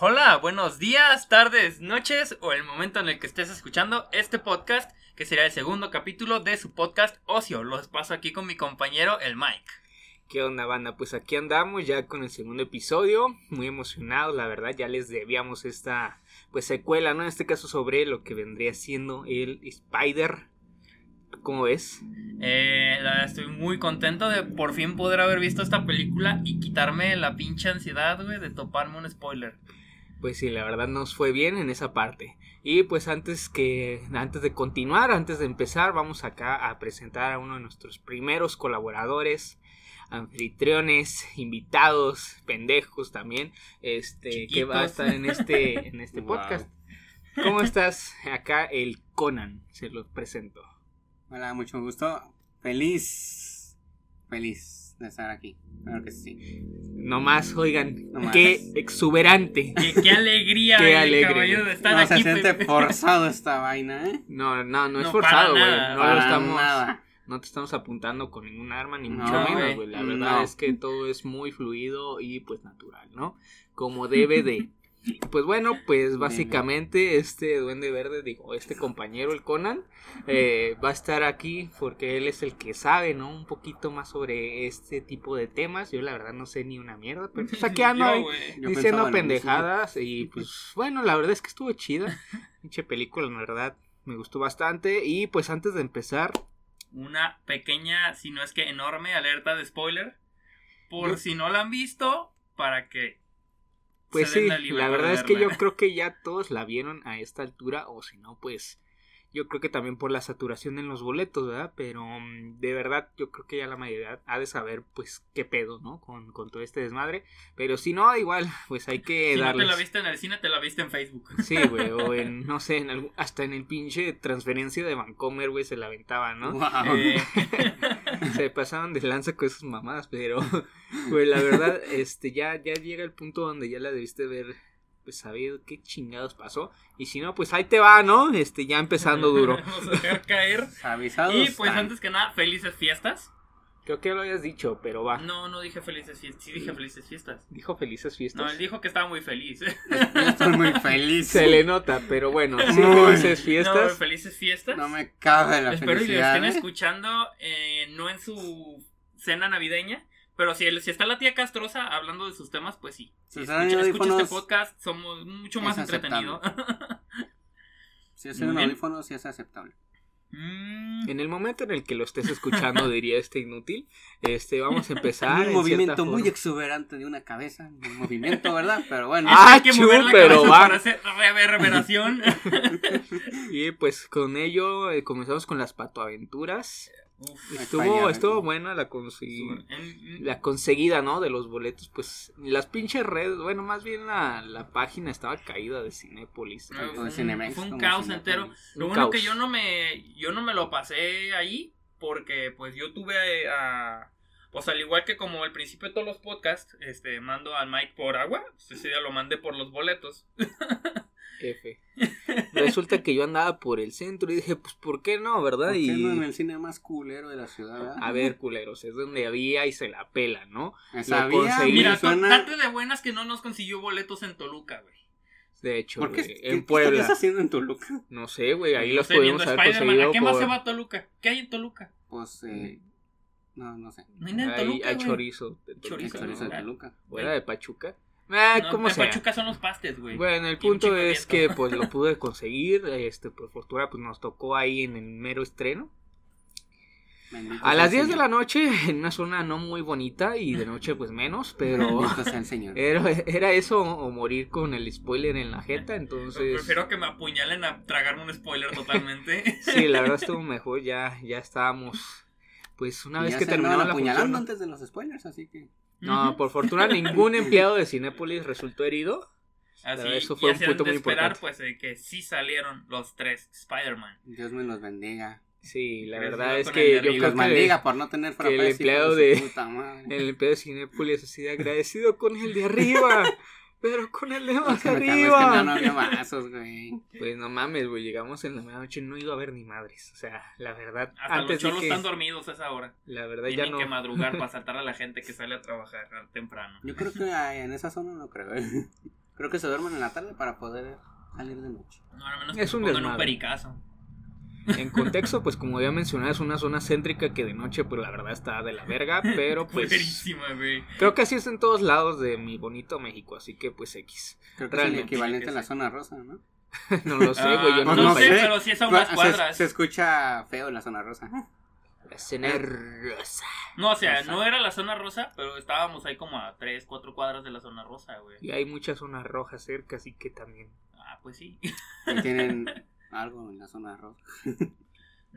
Hola, buenos días, tardes, noches o el momento en el que estés escuchando este podcast, que será el segundo capítulo de su podcast Ocio. Los paso aquí con mi compañero, el Mike. ¿Qué onda, banda? Pues aquí andamos ya con el segundo episodio, muy emocionados, la verdad, ya les debíamos esta pues secuela, ¿no? En este caso sobre lo que vendría siendo el Spider. ¿Cómo ves? Eh, la verdad, estoy muy contento de por fin poder haber visto esta película y quitarme la pinche ansiedad, güey, de toparme un spoiler. Pues sí, la verdad nos fue bien en esa parte. Y pues antes que antes de continuar, antes de empezar, vamos acá a presentar a uno de nuestros primeros colaboradores, anfitriones, invitados, pendejos también, este que va a Chiquitos. estar en este en este Wow. podcast. ¿Cómo estás? Acá el Conan, se los presento. Hola, mucho gusto. Feliz. Feliz de estar aquí. Claro que sí. Nomás, oigan, Nomás. qué exuberante. ¡Qué, qué alegría, Qué güey, alegre, caballero, de estar No aquí! se siente Pepe. forzado esta vaina, ¿eh? No, no, no es No, para forzado, güey. nada, No lo Para estamos. nada. no te estamos apuntando con ningún arma ni No, mucho menos, güey. güey. La verdad No. es que todo es muy fluido y pues natural, ¿no? Como debe de. Pues bueno, pues básicamente este duende verde, digo, este compañero, el Conan, eh, va a estar aquí porque él es el que sabe, ¿no? Un poquito más sobre este tipo de temas. Yo la verdad no sé ni una mierda, pero pues aquí ando Yo, ahí güey. Yo pensaba diciendo lo mismo. pendejadas y pues bueno, la verdad es que estuvo chida. Pinche película, la verdad, me gustó bastante. Y pues antes de empezar, Una pequeña, si no es que enorme, alerta de spoiler. Por Yo- si no la han visto, para que Pues se den sí, libertad la de verdad es que yo verla. creo que ya todos la vieron a esta altura, o si no, pues yo creo que también por la saturación en los boletos, ¿verdad? Pero mm, de verdad yo creo que ya la mayoría ha de saber, pues, qué pedo, ¿no? Con, con todo este desmadre. Pero si no, igual, pues hay que Si no te darles... la viste en el cine, te la viste en Facebook. Sí, güey, o en, no sé, en algún- hasta en el pinche transferencia de Vancomer, güey, se la aventaban, ¿no? Wow. Eh, se pasaban de lanza con esas mamadas, pero pues la verdad, este, ya, ya llega el punto donde ya la debiste ver, pues sabido qué chingados pasó. Y si no, pues ahí te va, ¿no? Este, ya empezando duro. Vamos a dejar caer. Avisados. Y pues están. antes que nada, felices fiestas. Creo que ya lo habías dicho, pero va. No, no dije felices fiestas. Sí dije felices fiestas. Dijo felices Mm. fiestas. No, él dijo que estaba muy feliz. Yo estoy muy feliz. Se le nota, pero bueno, sí, Muy. felices No, fiestas. felices fiestas. No me cabe la Espero y lo felicidad. estén ¿eh? escuchando, eh, no en su cena navideña. Pero si, si está la tía Castrosa hablando de sus temas, pues sí. Si Si están en escucha, escucha este audífonos, podcast, somos mucho más es aceptable. entretenido. Si es Muy en bien. audífonos, sí es aceptable. Mm, en el momento en el que lo estés escuchando, diría este inútil, este, vamos a empezar. un en movimiento cierta muy forma. exuberante de una cabeza. Un movimiento, ¿verdad? Pero bueno. Ah, hay que mover chu, la pero cabeza va. para hacer reverberación. Y pues con ello eh, comenzamos con las patoaventuras. Uf, Estuvo, España, estuvo Eh, ¿no? buena la conseguí. en- la conseguida, ¿no? De los boletos, pues las pinches redes, bueno, más bien la, la página estaba caída de Cinépolis. No, Como un- Cinemex, fue un como caos Cinepolis. entero. Lo Un único que caos. yo no me yo no me lo pasé ahí porque pues yo tuve eh, a pues al igual que como al principio de todos los podcasts, este mando al Mike por agua, pues, ese día lo mandé por los boletos. F. Resulta que yo andaba por el centro y dije, pues, ¿por qué no, verdad? ¿Por qué Y no en el cine más culero de la ciudad, ¿verdad? a ver, culeros, es donde había y se la pela, ¿no? Sabía, conseguí. Sí, Ah, Mira, mira, to- suena... date de buenas que no nos consiguió boletos en Toluca, güey. De hecho, ¿Por qué, güey, qué- eh, en qué Puebla. estarías haciendo en Toluca? No sé, güey, ahí No los sé, pudimos viendo haber Spider-Man. conseguido ¿A qué más se va por... a Toluca? ¿Qué hay en Toluca? Pues, eh, no, no sé. No hay nada en Ahí Toluca, hay güey. chorizo. de Toluca, Chorizo, Chorizo ¿no? de ¿verdad? Toluca. Fuera de Pachuca. Ah, No, ¿cómo en se Pachuca son los pastes, güey. Bueno, el Y un punto chico es que abierto. pues lo pude conseguir, este, por fortuna pues nos tocó ahí en el mero estreno. Pues, Bendito A sea las el 10 de la Señor. noche, en una zona no muy bonita y de noche pues menos, pero Bendito sea el Señor. era, era eso o morir con el spoiler en la jeta, entonces... Prefiero que me apuñalen a tragarme un spoiler totalmente. Sí, la verdad estuvo mejor, ya, ya estábamos... Pues una Y vez ya que se andaban terminaba la función... ¿no? apuñalando antes de los spoilers, así que... No, pues, por fortuna ningún empleado de Cinépolis resultó herido. Así, verdad, eso fue y un así punto han de muy esperar, importante. pues, eh, que sí salieron los tres Spider-Man. Dios me los bendiga. Sí, la Pero verdad si es Pues, no, con el que de yo arriba. Y creo los que... bendiga por no tener frappés, el hijo empleado su de- puta madre. El pedo de Cinépolis así de agradecido con el de arriba, pero con el de más Se me acabó, es que arriba. no, no había vasos, güey. Pues no mames, güey, llegamos en la medianoche y no iba a ver ni madres. O sea, la verdad, Hasta antes los de cholos que... están dormidos a esa hora. La verdad ya Tienen no... que madrugar para saltar a la gente que sale a trabajar temprano. Yo creo que ah, en esa zona no creo. ¿eh? Creo que se duermen en la tarde para poder salir de noche. No, al menos Es que se un pongan un desmadre. pericazo. En contexto, pues como ya mencionado, es una zona céntrica que de noche, pues la verdad está de la verga, pero pues... Buenísima, güey. Creo que así es en todos lados de mi bonito México, así que pues X. Creo que es Realmente, el equivalente sí, a la sí. zona rosa, ¿no? No lo sé, Ah, güey, yo no, no, lo sé, sé. pero sí es a unas Se- cuadras. Se, escucha feo la zona rosa. La cena rosa. No, o sea, Rosa. no era la zona rosa, pero estábamos ahí como a 3, 4 cuadras de la zona rosa, güey. Y hay muchas zonas rojas cerca, así que también... Ah, pues sí. Y tienen algo en la zona rosa.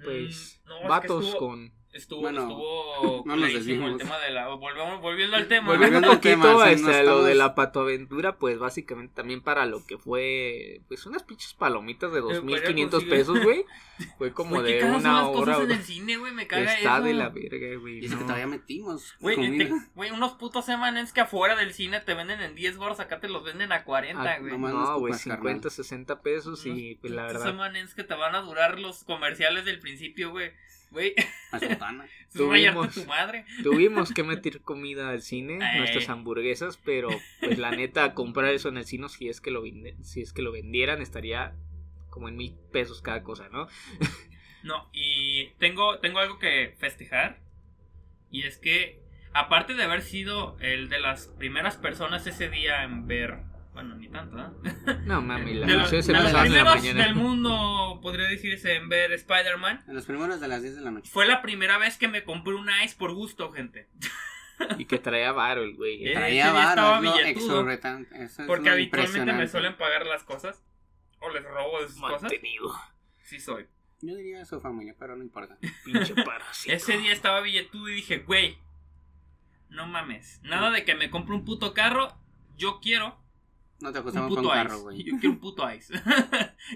Pues... Mm, no, es que vatos estuvo- con... Estuvo, Bueno, estuvo no nos clarísimo el desviemos. tema de la... Volvemos, volviendo al tema. Volviendo un Volviendo al tema, poquito sí, este, no a lo de estamos- la patoaventura, pues básicamente también para lo que fue, pues unas pinches palomitas de Eh, podría 2500 conseguir. pesos, güey. Fue como Güey, ¿qué de caras son una las hora. cosas o en dos. el cine, güey? Me caga Está eso. de la verga, güey. Y eso no. que todavía metimos Güey, comida. este- güey, unos putos M&M's que afuera del cine te venden en 10 bolas, acá te los venden a 40, Ah, güey. no mames, No, güey, disculpas, 50, carnal. 60 pesos y pues la Estos verdad. M&M's que te van a durar los comerciales del principio, güey. Güey, La sultana. es rayarte Tuvimos- tu madre. Tuvimos que meter comida al cine, Eh. nuestras hamburguesas, pero pues la neta, comprar eso en el cine, si es que lo, vinde- si es que lo vendieran, estaría como en mil pesos cada cosa, ¿no? No, y tengo, tengo algo que festejar. Y es que, aparte de haber sido el de las primeras personas ese día en ver. Bueno, ni tanto, ¿ah? No mami, la de noche los, se de los pasaba en la primeros mañana. del mundo, podría decirse, en ver Spider-Man. En los primeros de las 10 de la noche. Fue la primera vez que me compré una Ice por gusto, gente. Y que traía varo el güey. Eh, ¿eh? ese Traía día estaba varo, es lo billetudo. exorbitante. Eso es Porque lo habitualmente me impresionante. suelen pagar las cosas. O les robo de sus cosas. Mantenido. Sí soy. Yo diría su familia, pero no importa. Pinche parásito. Ese día estaba billetudo y dije, güey, no mames. Nada de que me compre un puto carro. Yo quiero No un te acostamos Pues con puto carro, ice. güey. Yo quiero un puto ice.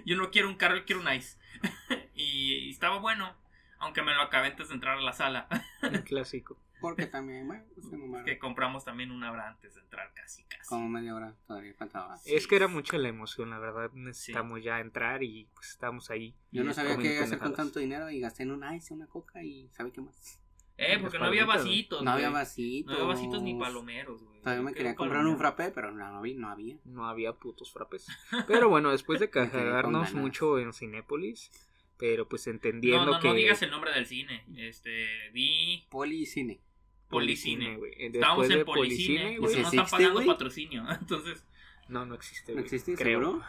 yo no quiero un carro, yo quiero un ice. y, y estaba bueno. Aunque me lo acabé antes de entrar a la sala. Un clásico. Porque también, bueno, se mamaron. que compramos también una hora antes de entrar, casi, casi. Como media hora todavía faltaba. Sí. Es que era mucha la emoción, la verdad. Necesitamos ya entrar y pues estamos ahí. Yo no sabía comiendo qué hacer con pendejadas. tanto dinero y gasté en un ice, una coca y ¿sabe qué más? Eh, porque Las no había palomitas, vasitos. No había güey. vasitos. No había vasitos ni palomeros, güey. Todavía me Yo quería quiero comprar un palomero. frappé, pero no, no había. No había. No había putos frapes. Pero bueno, después de quedé con cagarnos ganas. mucho en Cinépolis, pero pues entendiendo no, no, que. no digas el nombre del cine. Este, di Policine. Policine. güey. Después Estábamos de en Policine, Policine, y güey. no Sí, sí. están ¿Existe, pagando güey? patrocinio. Entonces, No, no existe, ¿No güey. existe? Creo. ¿Seguro?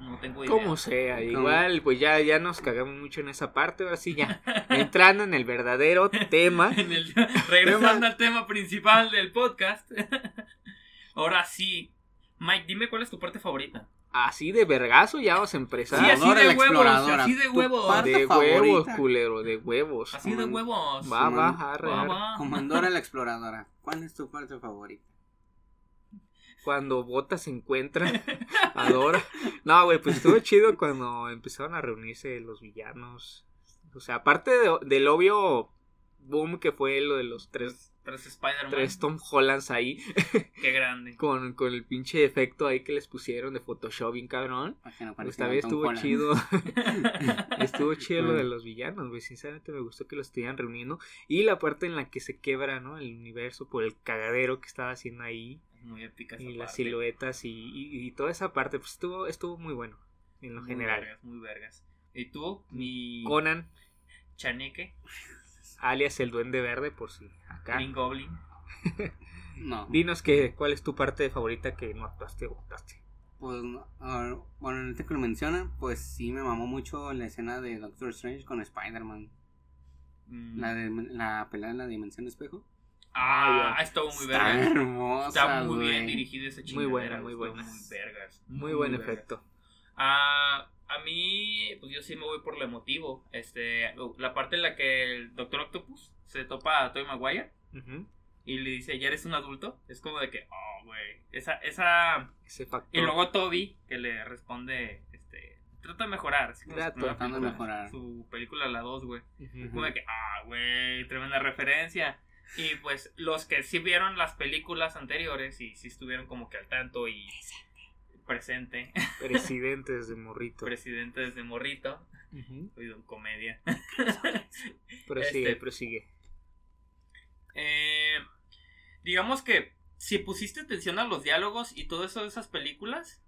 no tengo idea. Como sea, ¿Cómo? igual, pues ya, ya nos cagamos mucho en esa parte, ahora sí ya. Entrando en el verdadero tema. En el- regresando al tema principal del podcast. Ahora sí. Mike, dime cuál es tu parte favorita. Así de vergazo ya vas a empezar. Sí, así de Exploradora, la huevos, exploradora. así de Tu huevos. parte de huevos, favorita. culero, de huevos. Así de huevos. Mm, Va, Sí, va, man. arre, Va, arre. va. Comandora la exploradora. ¿Cuál es tu parte favorita? Cuando Bota se encuentra, adora. No, güey, pues estuvo chido cuando empezaron a reunirse los villanos. O sea, aparte de- del obvio boom que fue lo de los tres, Tres Spider-Man. tres Tom Hollands ahí, Qué grande. con, con el pinche efecto ahí que les pusieron de Photoshop, bien cabrón. Para que no Pues también pareciera Tom estuvo Holland. chido. Estuvo chido lo de Bueno. los villanos, güey. Sinceramente me gustó que los estuvieran reuniendo. Y la parte en la que se quebra, ¿no? El universo por el cagadero que estaba haciendo ahí. Es muy épica esa Y las parte. siluetas y, y- y toda esa parte. Pues estuvo, estuvo muy bueno. En lo Muy general. vergas, muy vergas. ¿Y tú? Mi Conan, chaneque, alias el Duende Verde, por si acá. Green Goblin. No. Dinos que, cuál es tu parte favorita que no actuaste o votaste. Pues, no, ah, bueno, ahorita que lo mencionan, pues sí me mamó mucho la escena de Doctor Strange con Spider-Man. Mm. La, de, la pelea en la dimensión espejo. Ah, estuvo muy Está vergas. hermosa. Está muy güey. bien dirigida esa chingadera. buena, muy estuvo buena. Muy vergas. Muy buen vergas. efecto. Ah, a mí, pues yo sí me voy por lo emotivo. Este, la parte en la que el Doctor Octopus se topa a Tobey Maguire Ujú. y le dice, ¿ya eres un adulto? Es como de que, oh, güey. Esa, esa... Ese factor. Y luego Toby, que le responde, este... Trata de mejorar. así como su Trato, primera tratando de película, mejorar. Su película La 2, güey. Ujú. Como de que, ah, güey, tremenda referencia. Y pues los que sí vieron las películas anteriores y sí estuvieron como que al tanto y presente, Presidentes de morrito. presidente desde morrito, Ujú. soy don comedia. Prosigue, Este- prosigue. Eh, digamos que si pusiste atención a los diálogos y todo eso de esas películas,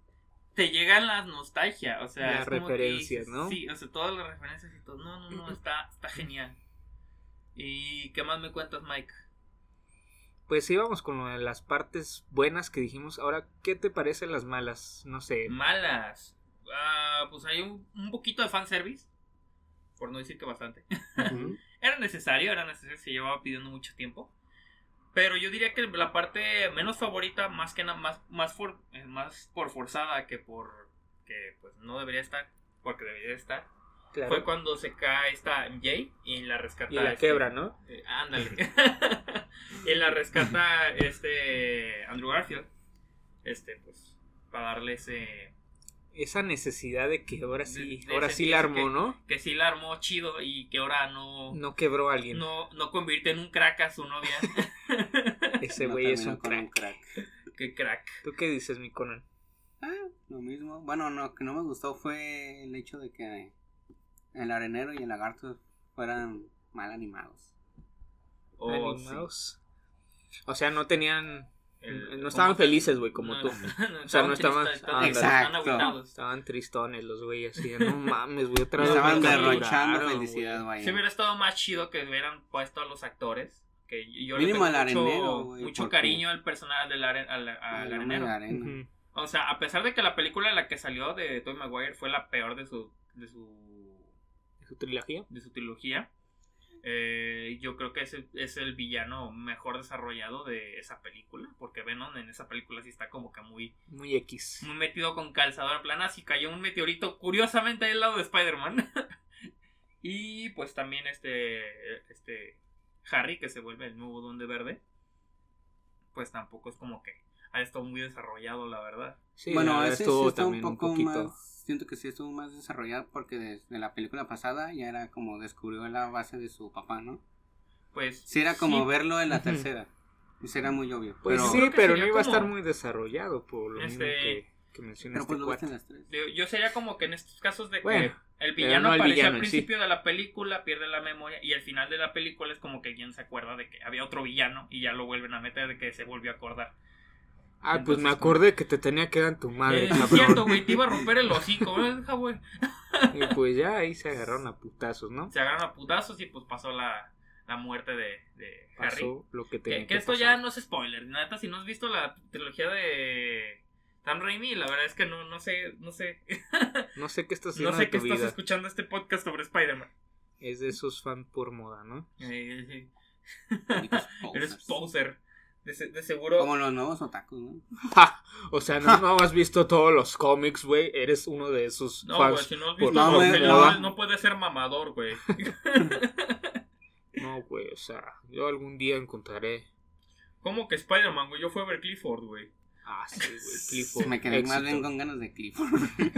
te llegan las nostalgia, o sea, Las es como que referencias, dices, ¿no? Sí, o sea, todas las referencias y todo. No, no, no, está, está genial. ¿Y qué más me cuentas, Mike? Pues íbamos con lo de las partes buenas que dijimos. Ahora, ¿qué te parecen las malas? No sé. Eh, Mm, Malas. Ah, pues hay un, un poquito de fanservice, por no decir que bastante. Ujú. Era necesario, era necesario, se llevaba pidiendo mucho tiempo. Pero yo diría que la parte menos favorita, más que nada, más, más, for- eh, más por forzada que por que pues no debería estar, porque debería estar, Claro. fue cuando se cae esta Jay y la rescata. y la este, quebra, ¿no? eh, ándale. y la rescata este Andrew Garfield. Este, pues, para darle ese. Esa necesidad de que ahora sí, De- de ahora sí la sentirse armó, ¿no? Que sí la armó chido y que ahora no. No, No quebró a alguien. no, convierte en un crack a su novia. Ese No güey es terminó un con crack. Qué crack. ¿Tú qué dices, mi Conan? Ah, lo mismo. Bueno, no, que no me gustó fue el hecho de que el arenero y el lagarto fueran mal animados. Oh, Animados. O sea, no tenían. sí. El- no estaban Eh, como- felices, güey, como no, tú. no, O sea, no estaban- Ah, tristes, estaban ándale. Exacto. aguitados. Estaban tristones los güeyes, así de, no mames, güey, otra vez. Estaban me capturaron, derrochando güey". felicidad, vaya. Si hubiera estado más chido que hubieran puesto a los actores. Que yo yo le tengo Mínimo al arenero, mucho, güey, mucho porque- cariño al personal del are- al, al Ah, no, arenero. la arena. Ujú. O sea, a pesar de que la película en la que salió de Tobey Maguire fue la peor de su de su, Su trilogía. de su trilogía, eh, yo creo que es el, es el villano mejor desarrollado de esa película, porque Venom en esa película sí está como que muy, Muy X. muy metido con calzador, en plan así cayó un meteorito curiosamente al lado de Spider-Man. y pues también este, este Harry, que se vuelve el nuevo Duende Verde, pues tampoco es como que ha estado muy desarrollado, la verdad. Sí, la bueno, verdad ese sí estuvo está un también un poco poquito. más. Siento que sí estuvo más desarrollado porque desde la película pasada ya era como descubrió la base de su papá, ¿no? Pues Sí, era como sí, verlo en la Ujú. tercera. Eso era muy obvio. Pues pero, sí, Creo que pero no sería iba a estar como- muy desarrollado por lo mismo Este- que, que menciona pero este pues lo viste cuate. en las tres. Yo, yo sería como que en estos casos de que Bueno, el pero villano no el aparece villano al en sí. principio de la película, pierde la memoria y al final de la película es como que alguien se acuerda de que había otro villano y ya lo vuelven a meter de que se volvió a acordar. Ah, pues me Entonces, acordé que te tenía que dar tu madre, Eh, es cierto, Ah, cabrón. güey, te iba a romper el hocico, ¿no? Deja, güey. Y pues ya ahí se agarraron a putazos, ¿no? Se agarran a putazos y pues pasó la, la muerte de, de Harry. Pasó lo que tenía Que, que, que esto pasar. ya no es spoiler, neta, si no has visto la trilogía de Sam Raimi, la verdad es que no, no sé, no sé, No sé qué estás haciendo no sé de que tu estás vida. escuchando este podcast sobre Spider-Man. Es de esos fan por moda, ¿no? Eh, sí. Malditos Eres posers. poser. De, se- de seguro. Como los nuevos otakus, ¿no? Ja, o sea, no, no has visto todos los cómics, güey. Eres uno de esos No, güey, fans. si no has por- visto No, los güey, pelones, no. no puedes ser mamador, güey. No, güey, o sea, yo algún día encontraré. ¿Cómo que Spider-Man, güey? Yo fui a ver Clifford, güey. Ah, sí, güey, Clifford. Me quedé más éxito. bien con ganas de Clifford.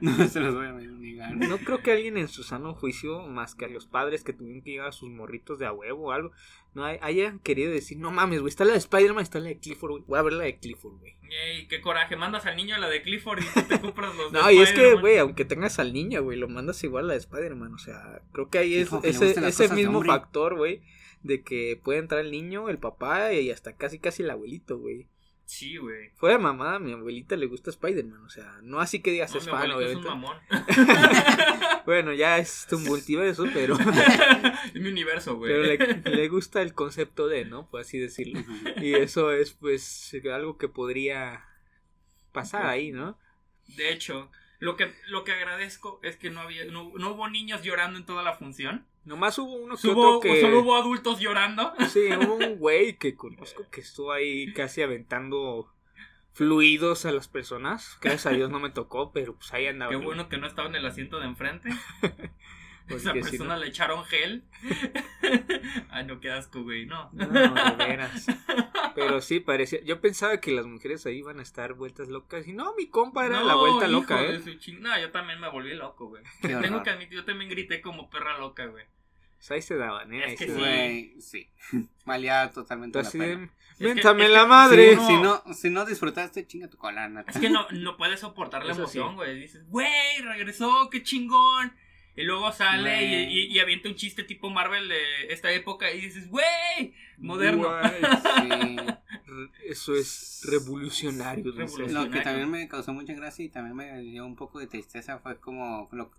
no se los voy a negar. No creo que alguien en su sano juicio, más que a los padres que tuvieron que llevar a sus morritos de a huevo o algo, no hay- hayan querido decir, no mames, güey, está la de Spider-Man, está la de Clifford, güey, voy a ver la de Clifford, güey. Ey, qué coraje. Mandas al niño a la de Clifford y tú te compras los. de No, y es que, Spider-Man. güey, aunque tengas al niño, güey, lo mandas igual a la de Spider-Man, o sea, creo que ahí es Hijo, que le ese, gusten las ese cosas de mismo hombre. factor, güey, de que puede entrar el niño, el papá y hasta casi casi el abuelito, güey. Sí, güey. Fuera de mamá, a mi abuelita le gusta Spider-Man, o sea, no así que digas No, es mi fan, abuelito es un obviamente. mamón. Bueno, ya es un multiverso, pero... es mi universo, güey. Pero le, le gusta el concepto de, ¿no? Por así decirlo. Ujú. Y eso es, pues, algo que podría pasar ahí, ¿no? De hecho, lo que, lo que agradezco es que no, había, no, no hubo niños llorando en toda la función. Nomás hubo uno que Hubo- otro Pues que... Solo hubo adultos llorando. Sí, hubo un güey que conozco que estuvo ahí casi aventando fluidos a las personas. Gracias a Dios no me tocó, pero pues ahí andaba. Qué ¿no? bueno que no estaba en el asiento de enfrente. Porque Esa si persona no- le echaron gel. Ay, no, qué asco, güey, no. No, de veras. Pero sí, parecía. Yo pensaba que las mujeres ahí iban a estar vueltas locas. Y no, mi compa era la No, vuelta hijo loca, de ¿eh? su ching- No, yo también me volví loco, güey. Qué Tengo horror. que admitir, yo también grité como perra loca, güey. O sea, ahí se daban, ¿eh? Es Ahí que se sí. daban. Güey, sí. Valía totalmente Pues Así la de, pena. Es que- Véntame es que- la madre. no. Si, no, si no disfrutaste, chinga tu cola, neta. Es que no, no puedes soportar la Eso emoción, sí. güey. Dices, güey, regresó, qué chingón. Y luego sale y, Güey. y- y avienta un chiste tipo Marvel de esta época y dices, güey, moderno. Guay. Sí. Re- Eso es revolucionario. dice. Revolucionario. Lo que también me causó mucha gracia y también me dio un poco de tristeza fue como lo,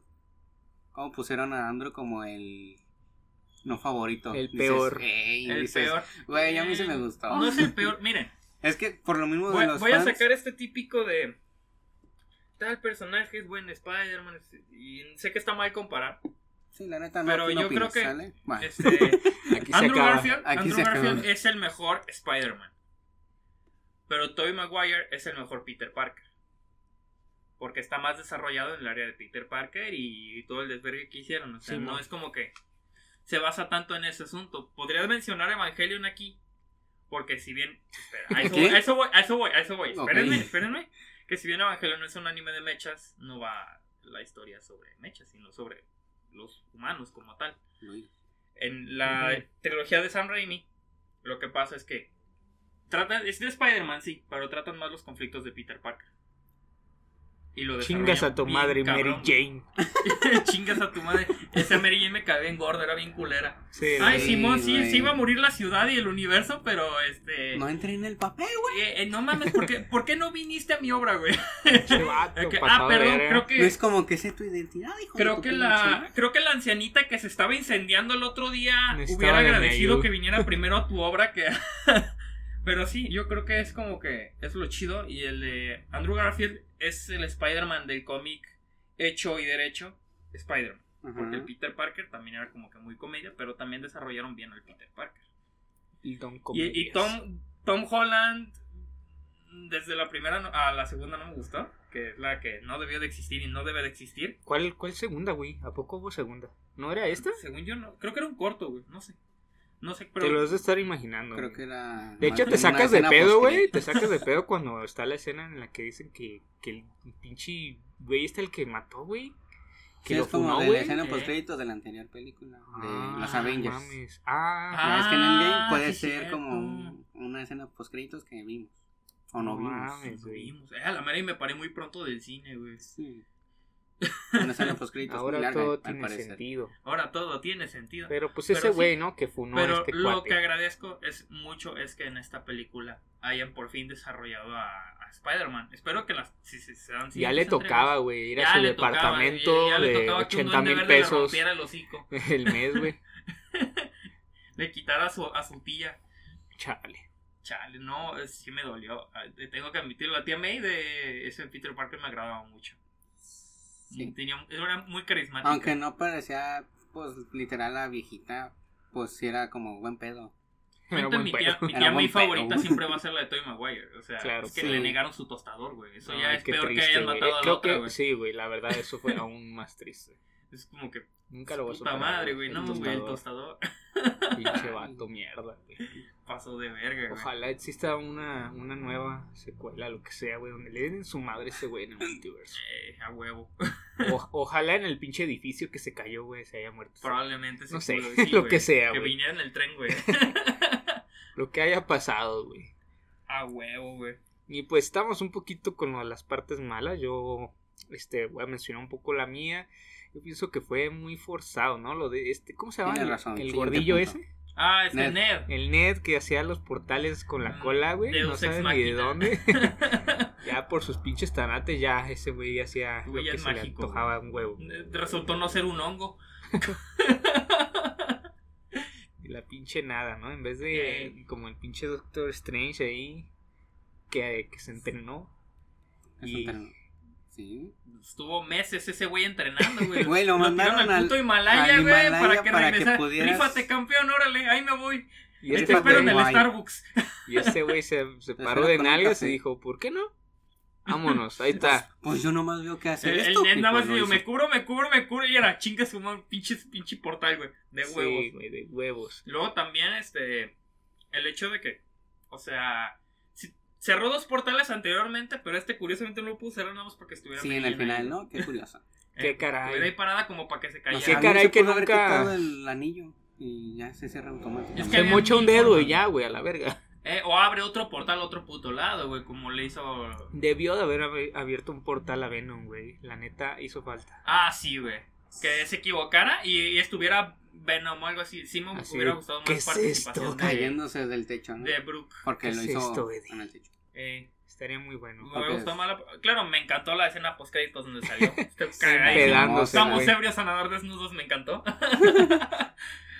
como pusieron a Andrew como el no favorito. El Dices, peor. "Ey", El dices, peor. Güey, a mí sí me gustó. No es el peor. Miren, Es que por lo mismo de voy, los voy a fans, sacar este típico de. Tal personaje es buen Spider-Man. Y sé que está mal comparar. Sí, la neta no Pero ¿qué no yo creo opinas? que- ¿Sale? Va. Este. Aquí se Andrew acaba. Garfield, Aquí Andrew se acaba. Garfield eh, es el mejor Spider-Man. Pero Tobey Maguire es el mejor Peter Parker. Porque está más desarrollado en el área de Peter Parker y todo el desvergue que hicieron. O sea, Sí, no mo. es como que se basa tanto en ese asunto. Podrías mencionar Evangelion aquí. Porque si bien. Espera, a eso, ¿Qué? voy, a eso voy, a eso voy, a eso voy. Ok. Espérenme, espérenme. Que si bien Evangelion es un anime de mechas, no va la historia sobre mechas, sino sobre los humanos como tal. Luis. En la Ujú. trilogía de Sam Raimi, lo que pasa es que tratan, es de Spider-Man, sí, pero tratan más los conflictos de Peter Parker. Y lo Chingas desarrollan a tu bien madre, Mary cabrón. Jane. Chingas a tu madre. Esa Mary Jane me cae bien gorda, era bien culera. Sí, Ay, Sí, Simón, sí, güey. sí iba a morir la ciudad y el universo, pero este. No entré en el papel, güey. eh, eh, no mames, ¿por qué, por qué no viniste a mi obra, güey? Che vato, Que- ah, pasado de perdón, verga. creo que. No es como que sé tu identidad, hijo de Creo tu que pinche la madre. creo que la ancianita que se estaba incendiando el otro día Necesitaba hubiera de mi agradecido ayuda. que viniera primero a tu obra que Pero sí, yo creo que es como que es lo chido y el de Andrew Garfield es el Spider-Man del cómic hecho y derecho Spider-Man, Ajá. porque el Peter Parker también era como que muy comedia, pero también desarrollaron bien el Peter Parker. Y Tom Y, y Comedias. Tom Tom Holland desde la primera no- a la segunda no me gustó, que es la que no debió de existir y no debe de existir. ¿Cuál, ¿Cuál segunda, güey? ¿A poco hubo segunda? ¿No era esta? Según yo, no. Creo que era un corto, güey. No sé. No sé, pero. Te lo has de estar imaginando. Creo güey. que era De hecho, te más bien una sacas de escena pedo, güey. post-crédito. Te sacas de pedo cuando está la escena en la que dicen que, que el pinche güey está el que mató, güey. Que Sí, lo es como funó, de la güey. escena Eh. post créditos de la anterior película de Ah, los Avengers. mames. Ah, Ya ves que en Endgame Ah, puede sí, ser como cierto. un- una escena post créditos que vimos o no No vimos. mames. Lo vimos. Eh, a la madre y me paré muy pronto del cine, güey. Sí. Una escena post créditos ahora larga, todo al tiene parecer. sentido. Ahora todo tiene sentido. Pero, Pero pues Pero ese sí. güey, ¿no? Que funó a este lo cuate. que agradezco es mucho es que en esta película hayan por fin desarrollado a, a Spider-Man. Espero que las. Si, si se dan Ya siguientes le tocaba, entregas, güey, ir a ya su le tocaba, departamento ya- ya le de tocaba que un 80 duende mil verde le pesos rompiera el hocico, el mes, güey. le quitara a su, a su tía. Chale. Chale, no, eh, sí me dolió. Ah, eh, Tengo que admitirlo. La tía May de ese Peter Parker me agradaba mucho. Sí. Tenía, era muy carismático. Aunque no parecía, pues literal, la viejita, pues sí era como buen pedo. Era Neta, buen mi tía, pedo. mi Era tía buen May pedo. favorita siempre va a ser la de Tobey Maguire. O sea, Claro. es que Sí. le negaron su tostador, güey. Eso ya Ay, es qué peor que triste, hayan güey. Eh, matado a la Creo otra, que- güey. Sí, güey, la verdad eso fue aún más triste. Es como que, Nunca lo voy a puta superar. madre, güey. el No, güey, el tostador. tostador Pinche vato, mierda, güey. pasó de verga, güey. Ojalá exista una, una nueva secuela, lo que sea, güey, donde le den en su madre a ese güey en el multiverso. Eh, a huevo. O- ojalá en el pinche edificio que se cayó, güey, se haya muerto. Probablemente sí No sé, pudo, sí, lo güey. que sea, Que güey. viniera en el tren, güey. Lo que haya pasado, güey. a huevo, güey. Y pues estamos un poquito con lo de las partes malas. Yo este, voy a mencionar un poco la mía. Yo pienso que fue muy forzado, ¿no? Lo de este, ¿cómo se llama? Tienes El, razón, el siguiente gordillo punto. ese. Ah, este Ned. Ned. El Ned que hacía los portales con la Ah, cola, güey. No Deus ex saben ni de machina. dónde. ya por sus pinches tanates, ya ese güey hacía lo Güey, ya que es se mágico, le antojaba un huevo. Resultó no ser un hongo. Y la pinche nada, ¿no? En vez de Ey. como el pinche Doctor Strange ahí que, que se entrenó. Es Y- un pedo. Sí. Estuvo meses ese güey entrenando, güey. Güey, lo mandaron tiraron al- puto Himalaya, al güey, para Himalaya que para que regresara. pudieras- Rífate, campeón, órale, ahí me voy. Y Ahí este te espero en güey- el guay. Starbucks. Y este güey se, se Te paró espero de con un nalgas y café. dijo, ¿por qué no? Vámonos, ahí está. Pues yo nomás veo que hace Eh, El, el esto. Ned y nada pues más lo dijo, hizo. me cubro, me cubro, me cubro. Y era chinga su madre, pinche, pinche portal, güey. De Sí, huevos. güey, de huevos. Luego también, este, el hecho de que, o sea, si- cerró dos portales anteriormente, pero este curiosamente no lo pudo cerrar nada más porque estuviera Sí, en el Medellín final, ahí. ¿no? Qué curioso. Eh, Qué caray. Estuviera ahí parada como para que se No cayera. sé, a mí caray se que pudo haber nunca- quitado el anillo y ya se cierra automáticamente. Es que Se había mocha un mil dedo formas. y ya, güey, a la verga. Eh, o abre otro portal a otro puto lado, güey, como le hizo... Debió de haber ab- abierto un portal a Venom, güey. La neta hizo falta. Ah, sí, güey. que se equivocara y, y estuviera Venom o algo así. Sí me Así, hubiera gustado ¿qué más es participación esto? de, Cayéndose del techo, ¿no? de Brooke. Porque ¿Qué lo es hizo esto, Eddie? en el techo. Eh, Estaría muy bueno. me Ok. gustó más la- Claro, me encantó la escena post créditos donde salió. Este Sí, cagadísimo. Pedándose, Estamos güey. ebrios a nadar desnudos, me encantó.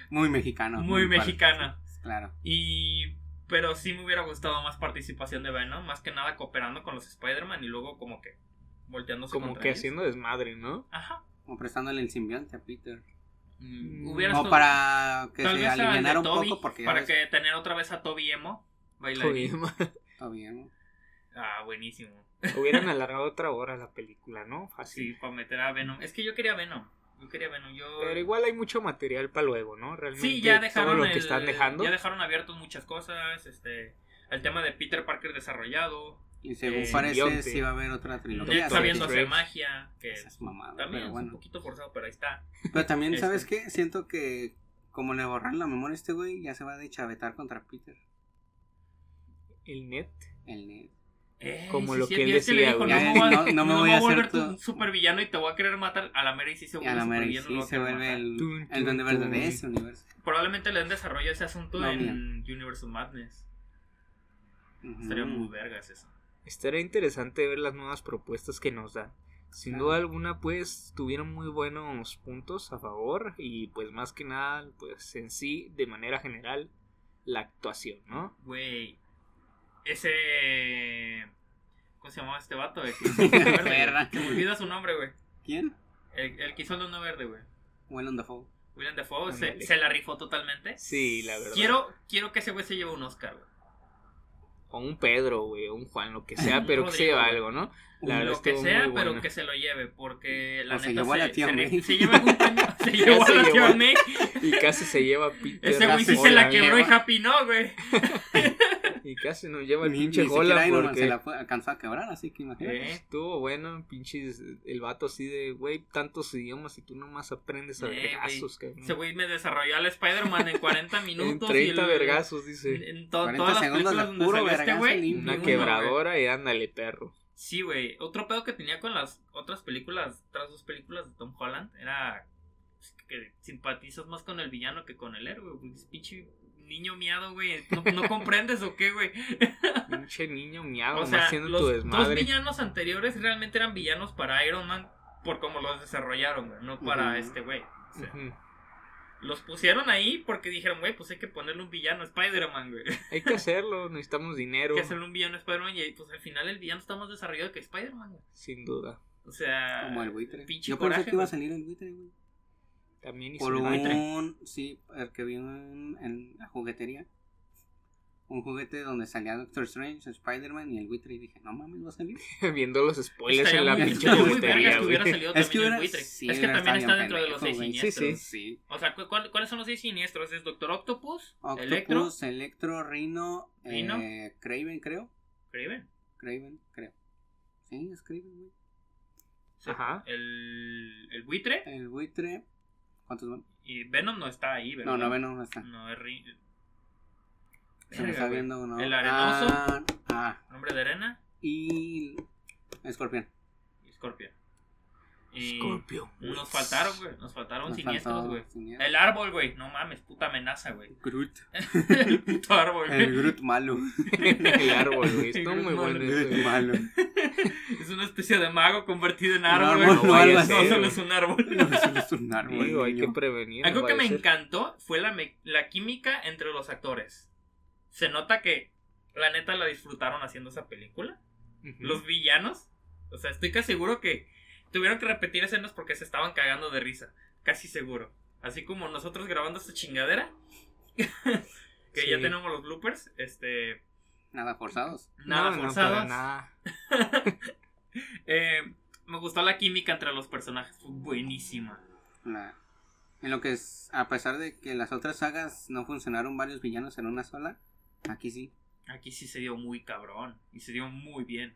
Muy mexicano. Muy padre. mexicana. Claro. Y. Pero sí me hubiera gustado más participación de Venom, más que nada cooperando con los Spider-Man y luego como que volteándose Como contra que ellos. haciendo desmadre, ¿no? Ajá. Como prestándole el simbionte a Peter. Mm, No, Hubiera No, estado- para que Tal se vez al de alivianara un Toby, poco porque ya para ves, que tener otra vez a Toby Emo bailarín. Joder, ma- Toby, ¿no? Ah, buenísimo. Hubieran alargado otra hora la película, ¿no? Fácil. Sí, para meter a Venom. Es que yo quería Venom. Yo quería Venom. Yo... Pero igual hay mucho material para luego, ¿no? Realmente Sí, ya dejaron todo lo que el- están dejando. Ya dejaron abiertos muchas cosas, este, el tema de Peter Parker desarrollado, Y según Eh, parece, simbionte. sí va a haber otra Doctor trilogía. Ned sabiendo ¿sabes? hacer Strange. magia, que Esas mamadas, también pero es un bueno. poquito forzado, pero ahí está. Pero también, Este. ¿sabes qué? Siento que como le borraron la memoria a este güey, ya se va a deschavetar contra Peter. El net. El Ned. Eh, Como sí, lo sí, que él y es le decía, dijo, no, güey. Ya, me voy a- no- no me no voy me a voy a volver hacer tu tu- supervillano y te voy a querer matar. A la mera y sí se Y vuelve a la madre, supervillano, lo sí va a se querer vuelve matar. el, Tun, el duende tun, verde de tun. ese universo. Probablemente le den desarrollo a ese asunto No, en Universal Madness. Ujú. Estaría muy vergas eso. Estaría interesante ver las nuevas propuestas que nos dan. Sin Claro. duda alguna, pues tuvieron muy buenos puntos a favor y pues más que nada, pues en sí, de manera general, la actuación, ¿no? Güey. Ese. ¿Cómo se llamaba este vato? El que hizo el Duende verde. Perra. Que me olvida su nombre, güey. ¿Quién? El, el que hizo el Duende Verde, güey. Well on the Fall. William Dafoe se, Ándale. se la rifó totalmente. Sí, la verdad. Quiero, quiero que ese güey se lleve un Oscar, güey. O un Pedro, güey, o un Juan, lo que sea, Un pero que se Rodrigo, lleva güey. algo, ¿no? La verdad lo que estuvo sea, muy pero buena. que se lo lleve, porque la O se neta llevó a la tía se, May. se lleva un premio, se llevó a se la llevó tía a- May. Y casi se lleva a Peter. Ese Este güey sí Hola, se la güey. quebró y Happy no, güey. Y casi nos lleva el Ni, ni pinche siquiera gola Iron Man porque se la fue- alcanzó a quebrar, así que imagínate. Eh, estuvo bueno, pinches, el vato así de, güey, tantos idiomas y tú nomás aprendes a Eh, güey, vergazos, cabrón. Ese güey me desarrolló al Spider-Man en 40 En minutos. y 30 el- vergazos, En, dice. en to- 40 todas las segundos de películas donde puro salió este vergazo güey. limpio. Una ninguno, güey. quebradora y ándale, perro. Sí, güey. Otro pedo que tenía con las otras películas, otras dos películas de Tom Holland, era que simpatizas más con el villano que con el héroe, güey. Es pinche niño miado, güey. No, no comprendes o qué, güey. Pinche niño miado, O más sea, haciendo los tu dos desmadre. villanos anteriores realmente eran villanos para Iron Man por cómo los desarrollaron, güey, no para Ujú. este güey. O sea, Ujú. los pusieron ahí porque dijeron, güey, pues hay que ponerle un villano a Spider-Man, güey. Hay Hay que hacerlo, necesitamos dinero, que hacerle un villano a Spider-Man y pues al final el villano está más desarrollado que Spider-Man, güey. sin duda. O sea, Como el buitre. pinche Yo pensé coraje, que iba a güey. salir el buitre, güey. También hizo Por el buitre. un. Sí, el que vi en, en la juguetería. Un juguete donde salía Doctor Strange, Spider-Man y el buitre. Y dije, no mames, va a salir. viendo los spoilers Estaría en Pues la muy- estaría pinche muy vergas juguetería, que hubiera güey. salido Es también que el hubiera- buitre. sí, es que hubiera también estado está bien dentro de los seis pendejo, güey. siniestros. Sí, sí. Sí. O sea, ¿cu- cuál- ¿cuáles son los seis siniestros? Es Doctor Octopus, Octopus, Electro, Electro, Rhino, Rhino. eh, Craven, creo. Craven, Craven, creo. Sí, es Craven, güey. sí. Ajá. el, el buitre El buitre. ¿Cuántos van? y Venom no está ahí, ¿verdad? No, no, Venom no está. No, es Ri- Se me Verga, está güey. viendo uno. El arenoso. Ah, ah, Nombre de arena y. Escorpión. y Scorpio. Y Scorpio. nos faltaron, güey. Nos faltaron Nos siniestros, faltó güey. siniestro. El árbol, güey. No mames, puta amenaza, güey. Groot. el puto árbol, El güey. Groot malo. el árbol, güey. Está El muy bueno árbol. eso, Groot güey. malo. Es una especie de mago convertido en Un árbol. árbol, güey. no, algo no, así, solo güey. es un árbol. No, eso es un árbol. Digo, hay que niño. prevenir. Algo que me parece. encantó fue la, me- la química entre los actores. Se nota que la neta la disfrutaron haciendo esa película. Ujú. Los villanos. O sea, estoy casi seguro que tuvieron que repetir escenas porque se estaban cagando de risa. Casi seguro. Así como nosotros grabando esta chingadera. que ya Sí. tenemos los bloopers. Este. Nada forzados. Nada no, forzadas. No, para nada. Eh, me gustó la química entre los personajes. Fue buenísima. La- En lo que es, a pesar de que las otras sagas no funcionaron varios villanos en una sola, aquí sí. Aquí sí se dio muy cabrón. Y se dio muy bien.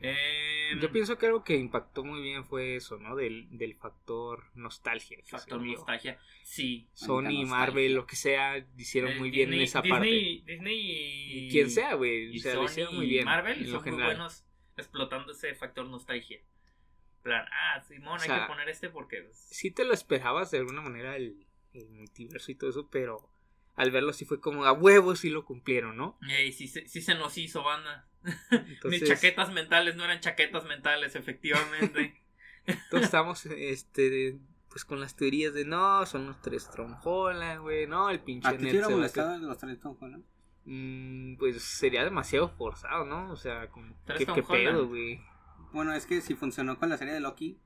Eh, Yo pienso que algo que impactó muy bien fue eso, ¿no? Del, del factor nostalgia. que Factor se dio. nostalgia. Sí. Sony, nostalgia. Marvel, lo que sea, hicieron Eh, muy bien Disney- en esa parte. Disney, Disney y. Y Quien sea, güey. Y O sea, lo Sony hicieron muy y bien. Marvel en lo son muy general. buenos explotando ese factor nostalgia. plan, ah, Simón, O hay sea, que poner este porque. pues, sí te lo esperabas de alguna manera el, el multiverso y todo eso, pero al verlo sí fue como a huevos sí lo cumplieron, ¿no? Ey, sí, se- sí se nos hizo, banda. Entonces, Mis chaquetas mentales no eran chaquetas mentales, efectivamente. todos estamos este pues con las teorías de no, son los tres tronjolas, güey, no, el pinche ¿A ti Ned te hubiera se va a molestado el de los tres Tom Holland? quedar- Mm, pues sería demasiado forzado, ¿no? O sea, como Tres qué, Tom qué Holland. pedo, güey. Bueno, es que si funcionó con la serie de Loki,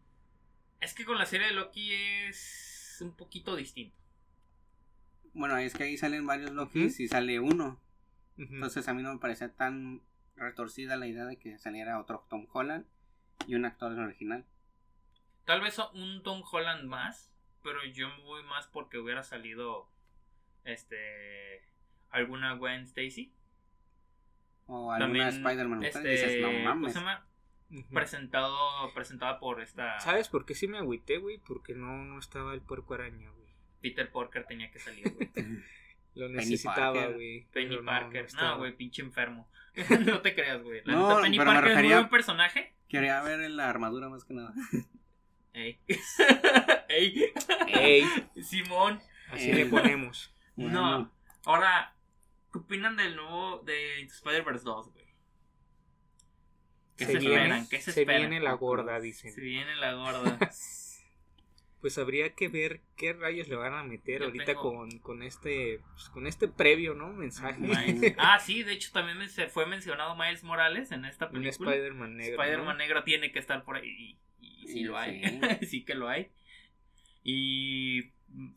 es que con la serie de Loki es un poquito distinto. bueno, es que ahí salen varios Loki ¿Mm? Ujú. y sale uno. Ujú. Entonces a mí no me parecía tan retorcida la idea de que saliera otro Tom Holland y un actor original. Tal vez un Tom Holland más, pero yo me voy más porque hubiera salido este alguna Gwen Stacy. O alguna Spider-Man. este, Entonces dices, no ¿cómo mames. se llama? Ujú. Presentado, presentada por esta ¿Sabes por qué sí me agüité, güey? Porque no, no estaba el puerco araña, güey. Peter Parker tenía que salir, güey. Lo necesitaba, Parker. güey. Penny pero no, no Parker. No, estaba. güey, pinche enfermo. no te creas, güey. La No, neta, Penny pero me Parker es muy refería- buen personaje. Quería ver la armadura más que nada. Ey. Ey. Ey, Simón. así Eh. le ponemos. No. Ahora, ¿qué opinan del nuevo de Spider-Verse 2, güey? ¿Qué se, Se viene- esperan? ¿Qué se, se esperan? viene la gorda, dicen. Se viene la gorda. Pues habría que ver qué rayos le van a meter Yo ahorita tengo- con, con este pues, con este previo, ¿no? Mensaje. Miles- Ah, sí, de hecho también me- se fue mencionado Miles Morales en esta Un película. Spider-Man negro. ¿no? Spider-Man negro tiene que estar por ahí. Y, y sí Y lo hay. sí. sí que lo hay. Y. mm,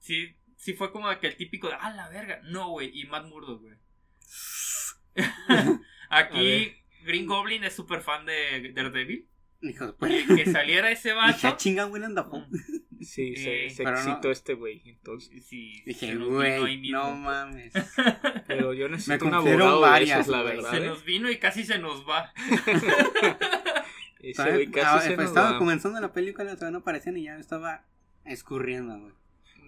Sí, sí fue como aquel típico de. ¡Ah, la verga! No, güey. Y Matt Murdock, güey. A Aquí ver. Green Goblin es súper fan de Daredevil. Hijo de Que, puta. que saliera ese Dije, vato. chinga, Willem Dafoe. Sí, Eh, se, se pero no- excitó este güey, entonces. pues, Sí, se Dije, nos vino ahí güey, mismo. no mames. Pero yo necesito un confundieron abogado varias, de esos, la güey. verdad. Se ¿eh? nos vino y casi se nos va. Ese Todavía- güey casi ah, se pues nos estaba va. comenzando la película, todavía no aparecían y ya estaba escurriendo, güey.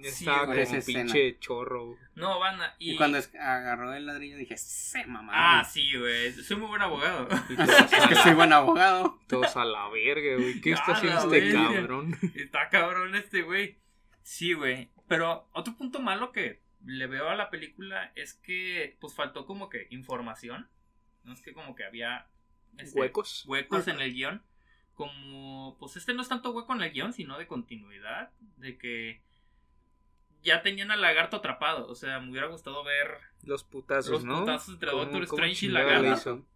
Ya Sí, estaba güey, como esa pinche chorro. güey. No, van Y, cuando es- agarró el ladrillo dije, se mamá. Ah, sí, güey. Soy muy buen abogado. Y todos, es que a, soy buen abogado. todos a la verga, güey. ¿Qué está A haciendo la este verga. cabrón? Está cabrón este güey. Sí, güey. Pero otro punto malo que le veo a la película es que pues faltó como que información. No es que como que había este, Huecos. huecos en el guión. Como, pues este no es tanto hueco en el guión, sino de continuidad. De que ya tenían al lagarto atrapado. O sea, me hubiera gustado ver Los putazos, los ¿no? putazos entre ¿Cómo- Doctor cómo Strange y chingado le lagarto. hizo?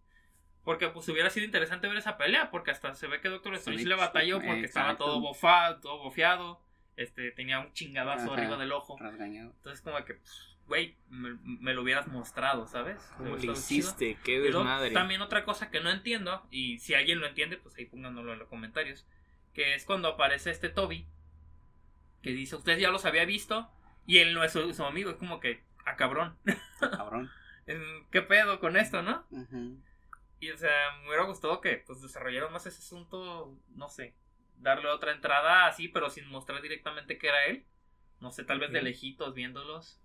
Porque pues hubiera sido interesante ver esa pelea, porque hasta se ve que Doctor Strange Sí, le batalló sí, porque estaba exacto. todo bofado, todo bofeado, este, tenía un chingadazo Ajá. arriba del ojo. Rasgañado. Entonces como que, pues, güey, me, me lo hubieras mostrado, ¿sabes? Me ¿Cómo hubiera le estado chido. hiciste? Qué Pero desmadre. también otra cosa que no entiendo, y si alguien lo entiende, pues ahí pónganlo en los comentarios, que es cuando aparece este Toby, que dice, usted ya los había visto, y él no es su, su amigo, es como que, a cabrón, Cabrón. ¿qué pedo con esto, no? Ujú. Y o sea, me hubiera gustado que pues desarrollaron más ese asunto, no sé, darle otra entrada así, pero sin mostrar directamente que era él. No sé, tal vez de Ujú. lejitos viéndolos,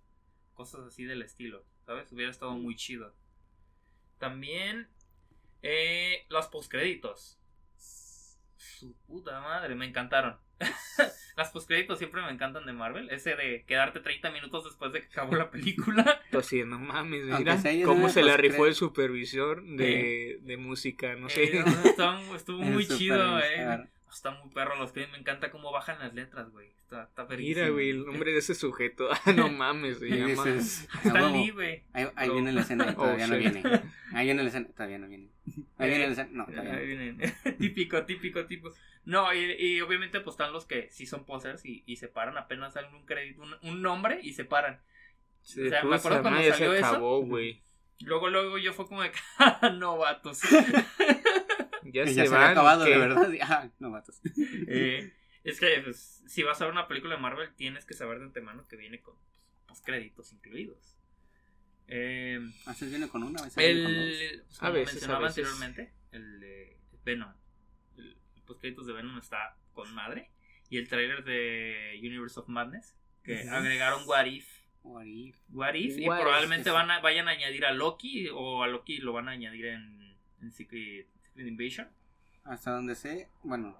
cosas así del estilo, ¿sabes? Hubiera estado muy chido. También eh, los postcréditos. Su puta madre, me encantaron. Las postcréditos siempre me encantan de Marvel. Ese de quedarte 30 minutos después de que acabó la película. Pues sí, no mames, Aunque mira sea ella, cómo pues, se la cree- rifó el supervisor de, de música, no sé. Eh, no, estuvo- estuvo muy Súper chido, eh. bizarro. Está muy perro los que me encanta cómo bajan las letras, güey. Está, está verguísima. Mira, güey, el nombre de ese sujeto. Ah, no mames, se Y llama. dices, "Ah, Stan huevo". Lee, güey. Ahí, ahí No. viene la escena, y Oh, todavía no shit. viene. Ahí viene la escena, todavía no viene. Ahí viene la escena, Ah, no, todavía Ahí no. vienen. típico, típico, típico. No, y, y obviamente pues están los que sí son posers y, y se paran apenas salen un crédito, un, un nombre y se paran. Se O sea, me puso acuerdo a cuando madre, salió se eso. acabó, güey. Luego, luego yo fue como de novatos. Ya Y se ya se van, había acabado, ¿qué? de verdad. y- Ah, no matas. Eh, es que pues, si vas a ver una película de Marvel tienes que saber de antemano que viene con pues, créditos incluidos. Eh, A veces viene con una, a veces viene con dos. El, pues, A como veces, mencionaba a veces. anteriormente, el de Venom, el, el postcréditos de Venom está con madre. Y el trailer de Universe of Madness, que Ujú. agregaron What If. What if? What If, y What If, probablemente sí. van a- vayan a añadir a Loki, o a Loki lo van a añadir en, en Secret, Secret Invasion. Hasta donde sé, bueno,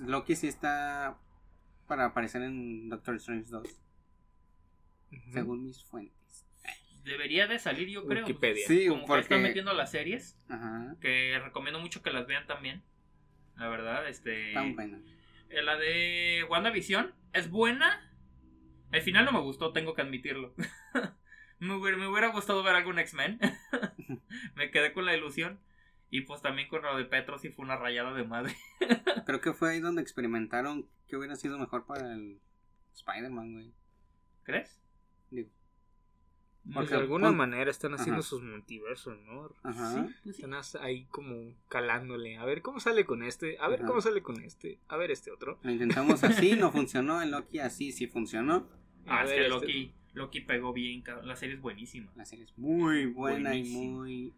Loki sí está para aparecer en Doctor Strange 2, Ujú. según mis fuentes. Debería de salir, yo creo. Pues, Wikipedia. Sí, Como que porque- están metiendo las series, Ajá. que recomiendo mucho que las vean también. La verdad, este. Tan buena. Eh, La de WandaVision es buena. Al final no me gustó, tengo que admitirlo. me, hubiera, me hubiera gustado ver algún X-Men. me quedé con la ilusión. Y pues también con lo de Petro sí fue una rayada de madre. Creo que fue ahí donde experimentaron que hubiera sido mejor para el Spider-Man, güey. ¿Crees? Digo. Pues Porque de alguna pon- manera están haciendo Ajá. sus multiversos, ¿no? Ajá. pues Están as- ahí como calándole. A ver cómo sale con este. A ver Ajá. cómo sale con este. A ver este otro. Lo intentamos así, no funcionó. El Loki así sí funcionó. Ah, A es ver que este. Loki, Loki pegó bien, cabrón. la serie es buenísima. La serie es muy buena y Buenísimo. muy.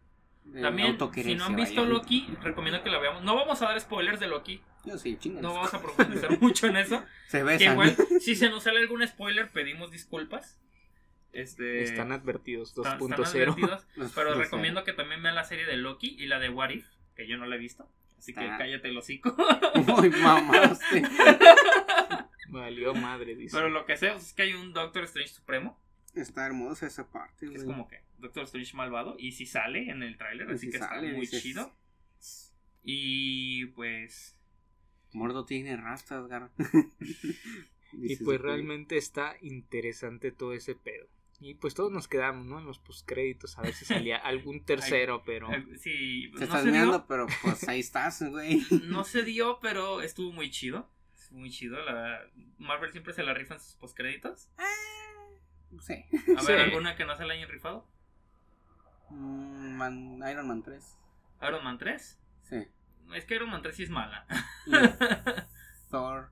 eh, También, si autoquerencia, no han visto vaya. Loki, recomiendo que la veamos. No vamos a dar spoilers de Loki, Yo sí, chingas. no vamos a profundizar mucho en eso. Se Que besan. igual, si se nos sale algún spoiler, pedimos disculpas. Este, Están advertidos están- están 2.0. advertidos. Pero recomiendo que también vean la serie de Loki y la de What If, que yo no la he visto. Así que Está. cállate el hocico. eh. Muy mamaste. Valió madre, dice. Pero lo que sé es que hay un Doctor Strange Supremo, Está hermosa esa parte, que es güey. como que Doctor Strange malvado, y si sale en el tráiler, Y así si que Pues sale, está muy dices, chido. Y pues... Mordo tiene rastas, garra. y pues realmente está interesante todo ese pedo. Y pues todos nos quedamos, ¿no? En los postcréditos, a ver si salía algún tercero, pero... eh, Sí, Te no estás se, mirando, dio, pero pues ahí estás, güey. no se dio, pero estuvo muy chido. Estuvo muy chido, la verdad. Marvel siempre se la rifa en sus postcréditos. Ah, No sé. A Sí. ver, ¿alguna que no se la hayan rifado? Mm, Man- Iron Man 3. Iron Man 3. Sí. Es que Iron Man 3 sí es mala. Y Thor.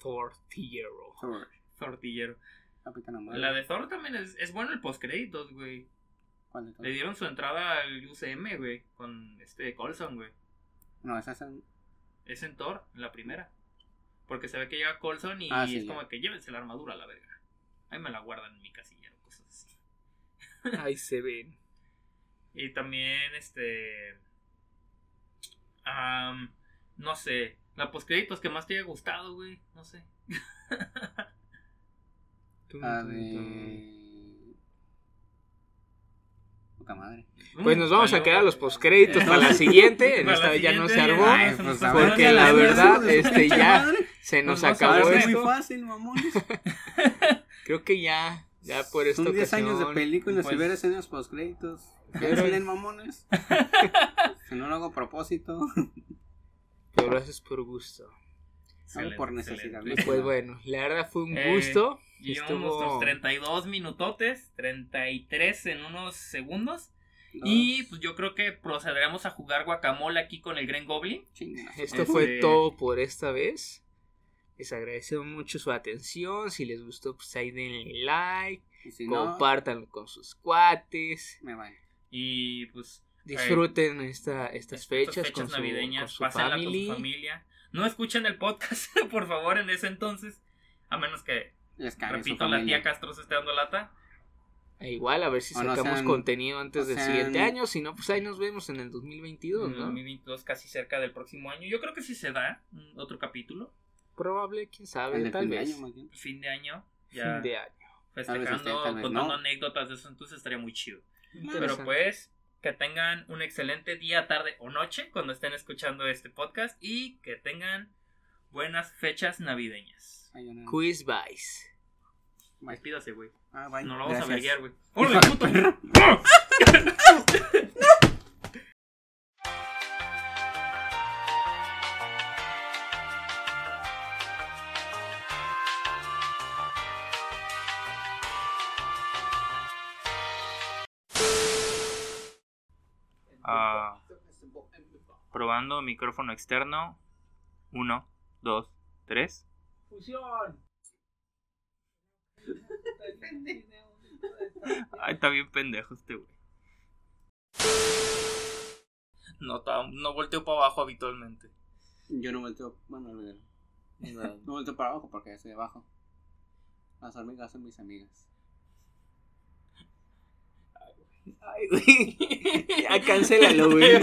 Thor Tierro. Thor. Tortillero. Capitán Amor. La de Thor también es, es bueno el postcréditos, güey. ¿Cuál de todos? Le dieron su entrada al UCM, güey, con este Colson, güey. No, esas son. Mm, Es en Thor, en la primera. Porque se ve que llega Colson y Ah, sí, es ya. como que llévense la armadura a la verga. Ahí me la guardan en mi casillero, cosas así. Ahí se ven. Y también, este. am, no sé. La postcréditos que más te haya gustado, güey. No sé. Tum, La tum, tum. de. Puta madre. Pues nos vamos a Mm, Valió. quedar a los postcréditos para la siguiente. En Para esta la vez ya no se siguiente, armó. ya- Ay, se pues, nos a fueron porque de ver, la las verdad- manos. de su este, pinche ya- madre. Se Nos nos vamos a acabó ver Ahora de es muy esto. fácil, mamones. Creo que ya, ya por esta Son 10 ocasión. años de películas y pues- ver escenas postcréditos. ¿Qué Pero- leen mamones? si no lo hago a propósito, Pero lo haces por gusto. solo por necesidad. excelente. Y pues bueno, la verdad fue un Eh, gusto. Llevamos Estuvo- nuestros 32 minutotes, 33 en unos segundos. Los- Y pues yo creo que procederemos a jugar guacamole aquí con el Green Goblin. Chinga. Esto Este- fue todo por esta vez. Les agradecemos mucho su atención. Si les gustó, pues ahí denle like. Y si no, Compártanlo con sus cuates. me vale. Y pues Disfruten esta, estas fechas, estas con, su, con su pásenla con family. su familia. No escuchen el podcast, por favor, en ese entonces. A menos que, Les cague su repito, la familia. tía Castro se esté dando lata. E igual, a ver si O no sacamos sean- contenido antes o del sean- siguiente año. Si no, pues ahí nos vemos en el 2022, En ¿no? 2022, Mm, casi cerca del próximo año. Yo creo que sí se da mm, otro capítulo. Probable, quién En sabe, el tal fin de vez. año, más bien. Fin de año. Ya Fin de año. Tal vez festejando, esté, tal vez contando no. anécdotas de eso. Entonces estaría muy chido. Pero Interesante. pues, que tengan un excelente día, tarde o noche cuando estén escuchando este podcast y que tengan buenas fechas navideñas. Ay, yo no- Quiz Vice. Bye. Despídase, güey. Ah, bye. No lo vamos Gracias. a verguear, güey. ¡Órale, puto! Ah, probando micrófono externo. Uno, dos, tres. Ay, está bien pendejo este güey. No, ta- no volteo para abajo habitualmente. Yo no volteo. Bueno, olvídalo. No volteo para abajo porque estoy abajo. Las hormigas son mis amigas. Ay, güey. Ya cancélalo, güey.